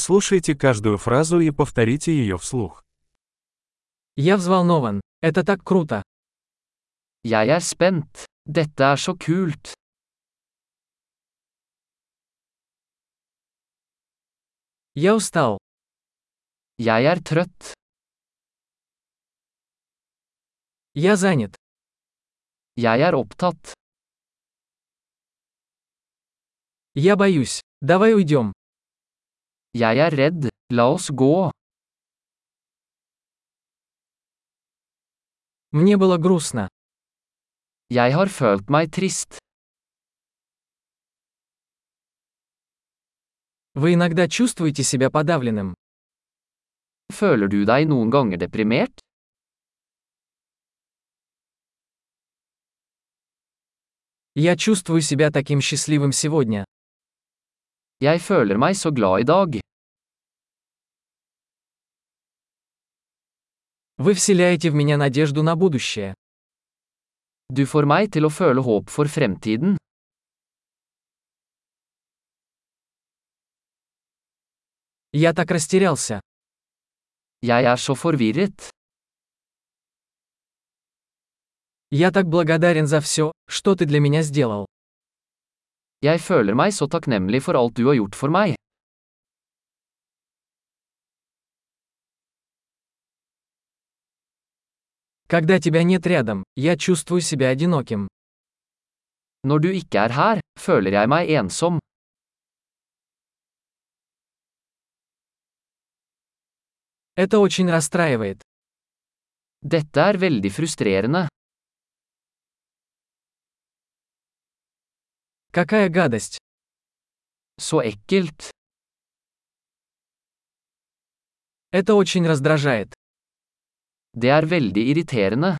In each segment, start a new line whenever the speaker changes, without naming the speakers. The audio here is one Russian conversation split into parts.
Прослушайте каждую фразу и повторите ее вслух.
Я взволнован. Это так круто.
Jeg er spent. Dette er så kult.
Я устал.
Jeg er trøtt.
Я занят.
Jeg er opptatt.
Я боюсь. Давай уйдем.
Jeg er redd. La oss gå.
Мне было грустно.
Jeg har følt meg trist.
Вы иногда чувствуете себя подавленным.
Føler du deg noen ganger deprimert?
Я чувствую себя таким счастливым сегодня.
Jeg føler meg så glad i dag.
Вы вселяете в меня надежду на будущее.
Du får meg til å føle håp for fremtiden.
Я так растерялся.
Jeg er så forvirret.
Я так благодарен за все, что ты для меня сделал.
Jeg føler meg så takknemlig for alt du har gjort for meg.
Когда тебя нет рядом, я чувствую себя одиноким.
Når du ikke er her, føler jeg meg ensom.
Это очень расстраивает.
Dette er veldig frustrerende.
Какая гадость.
Så ekkelt.
Это очень раздражает.
Det er veldig irriterende.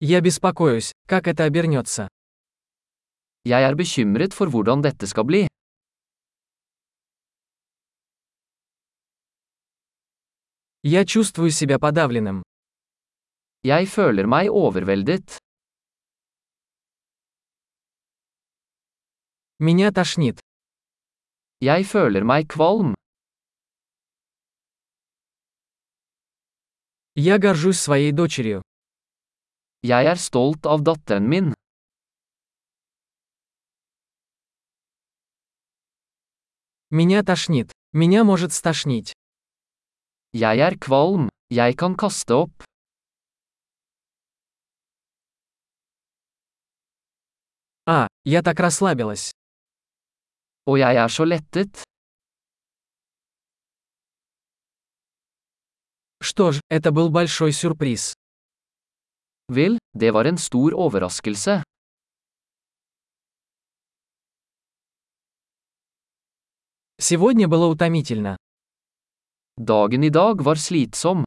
Я беспокоюсь, как это обернется.
Jeg er bekymret for hvordan dette skal bli.
Я чувствую себя подавленным.
Jeg føler meg overveldet.
Меня тошнит.
Jeg føler meg kvalm.
Я горжусь своей дочерью.
Jeg er stolt av datteren min.
Меня тошнит. Меня может стошнить.
Jeg er kvalm. Jeg kan kaste opp.
А, я так расслабилась.
Og jeg er så lettet.
Что ж, это был большой сюрприз.
Vel, det var en stor overraskelse.
Сегодня было утомительно.
Dagen i dag var slitsom.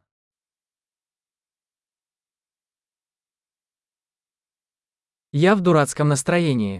Я в дурацком настроении.